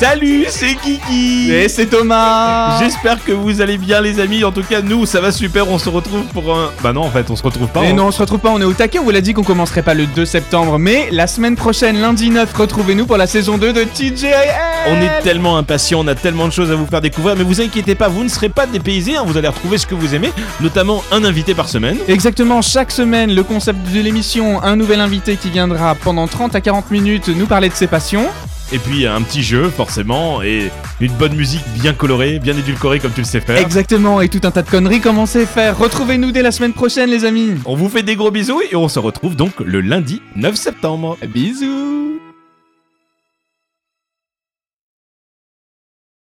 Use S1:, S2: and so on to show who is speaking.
S1: Salut, c'est Kiki
S2: Et c'est Thomas
S1: J'espère que vous allez bien les amis, en tout cas nous ça va super, on se retrouve pour un... Bah non en fait on se retrouve pas.
S2: Mais
S1: on-
S2: non, on se retrouve pas, on est au taquet, on vous l'a dit qu'on commencerait pas le 2 septembre, mais la semaine prochaine, lundi 9, retrouvez-nous pour la saison 2 de TJIL
S1: On est tellement impatients, on a tellement de choses à vous faire découvrir, mais vous inquiétez pas, vous ne serez pas dépaysés, hein, vous allez retrouver ce que vous aimez, notamment un invité par semaine.
S2: Exactement, chaque semaine, le concept de l'émission, un nouvel invité qui viendra pendant 30 à 40 minutes nous parler de ses passions.
S1: Et puis un petit jeu, forcément, et une bonne musique bien colorée, bien édulcorée comme tu le sais faire.
S2: Exactement, et tout un tas de conneries, comment c'est faire Retrouvez-nous dès la semaine prochaine, les amis
S1: on vous fait des gros bisous et on se retrouve donc le lundi 9 septembre.
S2: Bisous